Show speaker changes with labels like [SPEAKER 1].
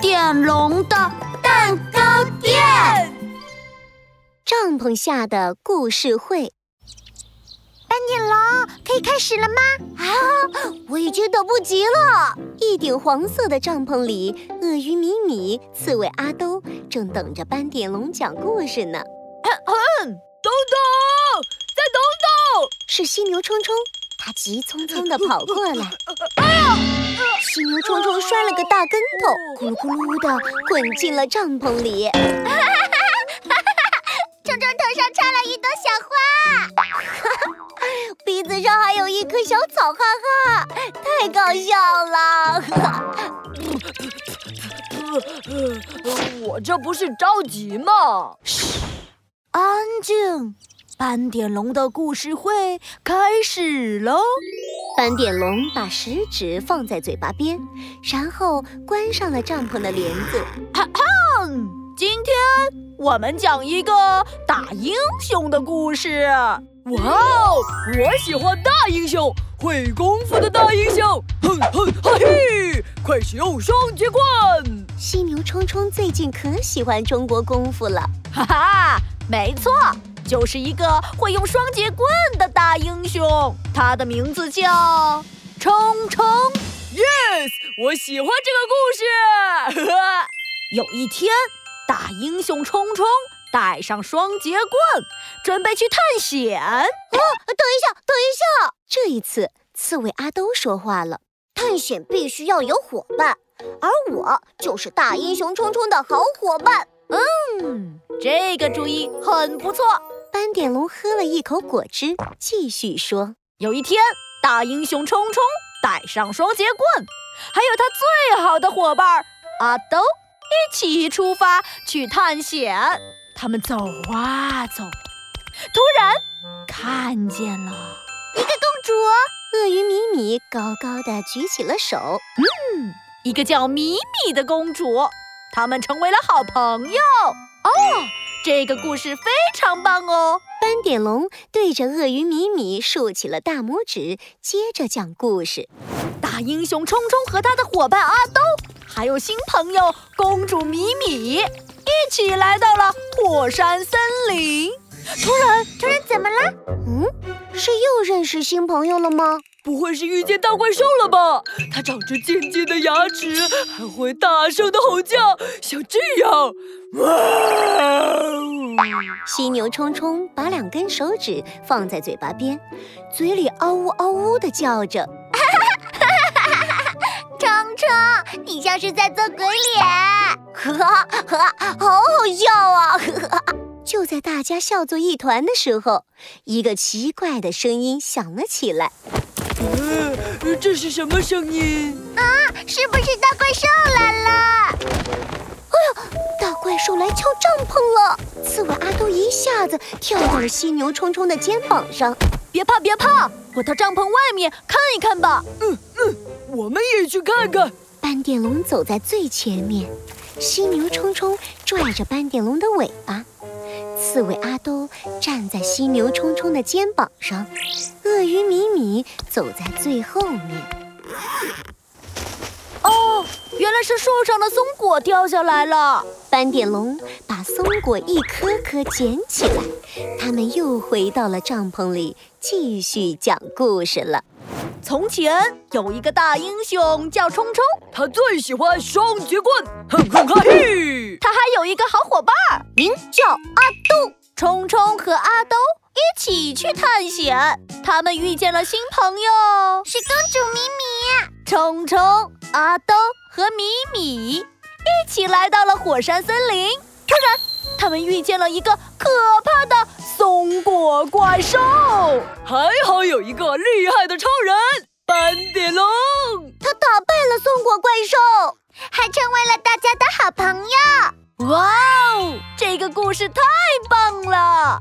[SPEAKER 1] 点龙的蛋糕店。
[SPEAKER 2] 帐篷下的故事会。
[SPEAKER 3] 斑点龙，可以开始了吗？
[SPEAKER 2] 啊，我已经等不及了！一顶黄色的帐篷里，鳄鱼米米、刺猬阿兜正等着斑点龙讲故事呢。
[SPEAKER 4] 等等，再等等！
[SPEAKER 2] 是犀牛冲冲，他急匆匆地跑过来。犀牛冲冲摔了个大跟头，咕噜咕噜地滚进了帐篷 里。
[SPEAKER 3] 冲冲头上插了一朵小花，
[SPEAKER 2] 鼻子上还有一颗小草，哈哈，太搞笑了！
[SPEAKER 4] 呃我这不是着急吗？
[SPEAKER 1] 安静，斑点龙的故事会开始喽。
[SPEAKER 2] 斑点龙把食指放在嘴巴边，然后关上了帐篷的帘子。
[SPEAKER 4] 嗯今天我们讲一个大英雄的故事。哇哦，我喜欢大英雄，会功夫的大英雄。哼哼哈嘿，快使用双截棍！
[SPEAKER 2] 犀牛冲冲最近可喜欢中国功夫了。
[SPEAKER 4] 哈哈，没错。就是一个会用双节棍的大英雄，他的名字叫冲冲。Yes，我喜欢这个故事。 有一天，大英雄冲冲带上双节棍，准备去探险。啊，
[SPEAKER 2] 等一下，等一下！这一次，刺猬阿兜说话了：
[SPEAKER 3] 探险必须要有伙伴，而我就是大英雄冲冲的好伙伴。
[SPEAKER 4] 嗯，这个主意很不错。
[SPEAKER 2] 斑点龙喝了一口果汁，继续说：“
[SPEAKER 4] 有一天，大英雄冲冲带上双节棍，还有他最好的伙伴阿兜，一起出发去探险。他们走啊走，突然看见了
[SPEAKER 3] 一个公主。
[SPEAKER 2] 鳄鱼米米高高的举起了手，
[SPEAKER 4] 嗯，一个叫米米的公主。他们成为了好朋友哦。这个故事非常棒哦。
[SPEAKER 2] 斑点龙对着鳄鱼米米竖起了大拇指，接着讲故事。
[SPEAKER 4] 大英雄冲冲和他的伙伴阿兜，还有新朋友公主米米，一起来到了火山森林。突然，
[SPEAKER 3] 突然怎么了？
[SPEAKER 2] 嗯，是又认识新朋友了吗？
[SPEAKER 4] 不会是遇见大怪兽了吧？它长着尖尖的牙齿，还会大声的吼叫，像这样。哇、哦！
[SPEAKER 2] 犀牛冲冲把两根手指放在嘴巴边，嘴里嗷呜嗷呜的叫着。
[SPEAKER 3] 冲冲，你像是在做鬼脸，
[SPEAKER 2] 呵呵，好好笑啊！呵呵就在大家笑作一团的时候，一个奇怪的声音响了起来。
[SPEAKER 4] 呃，这是什么声音？
[SPEAKER 3] 啊，是不是大怪兽来了？
[SPEAKER 2] 哎呀，大怪兽来敲帐篷了！刺猬阿兜一下子跳到了犀牛冲冲的肩膀上。
[SPEAKER 4] 别怕，别怕，我到帐篷外面看一看吧。嗯嗯，我们也去看看。
[SPEAKER 2] 斑点龙走在最前面，犀牛冲冲拽着斑点龙的尾巴。刺猬阿兜站在犀牛冲冲的肩膀上，鳄鱼米米走在最后面。
[SPEAKER 4] 哦，原来是树上的松果掉下来了。
[SPEAKER 2] 斑点龙把松果一颗颗捡起来，他们又回到了帐篷里，继续讲故事了。
[SPEAKER 4] 从前有一个大英雄叫冲冲，他最喜欢双截棍，哼哼哈嘿。他还有一个好伙伴，
[SPEAKER 3] 名叫阿兜。
[SPEAKER 4] 冲冲和阿兜一起去探险，他们遇见了新朋友，
[SPEAKER 3] 是公主米
[SPEAKER 2] 啊
[SPEAKER 3] 米。
[SPEAKER 4] 冲冲、阿兜和米米一起来到了火山森林，突然他们遇见了一个可怕的。松果怪兽，还好有一个厉害的超人斑点龙，
[SPEAKER 2] 他打败了松果怪兽，
[SPEAKER 3] 还成为了大家的好朋友。
[SPEAKER 4] 哇哦，这个故事太棒了！
[SPEAKER 3] 啊